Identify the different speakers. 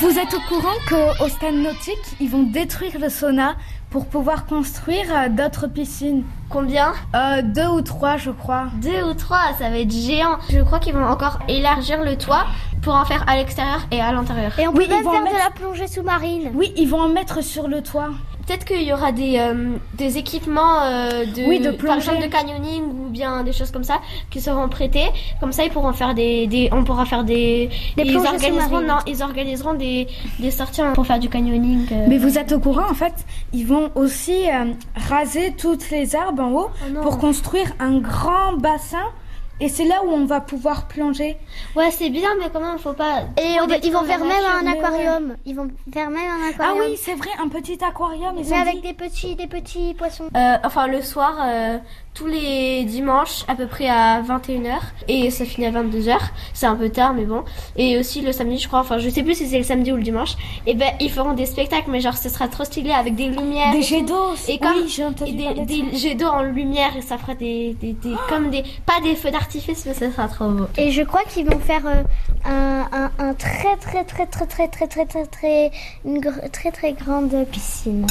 Speaker 1: Vous êtes au courant qu'au stade nautique, ils vont détruire le sauna pour pouvoir construire euh, d'autres piscines
Speaker 2: Combien
Speaker 1: Euh, Deux ou trois, je crois.
Speaker 2: Deux ou trois, ça va être géant. Je crois qu'ils vont encore élargir le toit pour en faire à l'extérieur et à l'intérieur.
Speaker 3: Et on
Speaker 1: Oui,
Speaker 3: peut
Speaker 1: ils
Speaker 3: même
Speaker 1: vont en
Speaker 3: faire de
Speaker 1: mettre-
Speaker 3: la plongée sous-marine.
Speaker 1: Oui, ils vont en mettre sur le toit.
Speaker 2: Peut-être qu'il y aura des, euh, des équipements euh, de,
Speaker 1: Oui, de
Speaker 2: par exemple de
Speaker 1: plongée.
Speaker 2: canyoning ou bien des choses comme ça qui seront prêtées. Comme ça, ils pourront faire des, des on pourra faire des,
Speaker 3: Des
Speaker 2: ils
Speaker 3: plongées
Speaker 2: organiseront
Speaker 3: sous-marines.
Speaker 2: non, ils organiseront des, des sorties hein, pour faire du canyoning. euh.
Speaker 1: Mais vous êtes au courant, en fait, ils vont aussi euh, raser toutes les arbres en haut
Speaker 2: Oh non.
Speaker 1: pour construire un grand bassin. Et c'est là où on va pouvoir plonger.
Speaker 2: Ouais, c'est bien, mais quand même, faut pas.
Speaker 3: Et on va- ils vont
Speaker 2: détruire
Speaker 3: faire
Speaker 2: la
Speaker 3: même
Speaker 2: nature,
Speaker 3: un
Speaker 2: mais ouais.
Speaker 3: aquarium. Ils vont faire même un
Speaker 1: Ah
Speaker 3: aquarium.
Speaker 1: oui, c'est vrai, un petit aquarium. Ils
Speaker 3: mais
Speaker 1: ont
Speaker 3: avec
Speaker 1: dit.
Speaker 3: des petits, des petits poissons.
Speaker 2: Euh, enfin, le soir, euh, tous les dimanches, à peu près à 21h, et ça finit à 22h. C'est un peu tard, mais bon. Et aussi le samedi, je crois. Enfin, je sais plus si c'est le samedi ou le dimanche. Et ben, ils feront des spectacles, mais genre, ce sera trop stylé avec des lumières.
Speaker 1: des
Speaker 2: et
Speaker 1: jets
Speaker 2: tout.
Speaker 1: d'eau.
Speaker 2: Et comme-
Speaker 1: oui, j'ai entendu
Speaker 2: Et
Speaker 1: parler
Speaker 2: des,
Speaker 1: de ça.
Speaker 2: des jets d'eau en lumière, et ça fera des. des, des Oh comme des. Pas des feux d'artifice, mais ça sera trop beau.
Speaker 3: Et je crois qu'ils vont faire euh, un, un- un très très très très très très très très très une gr- très très grande piscine.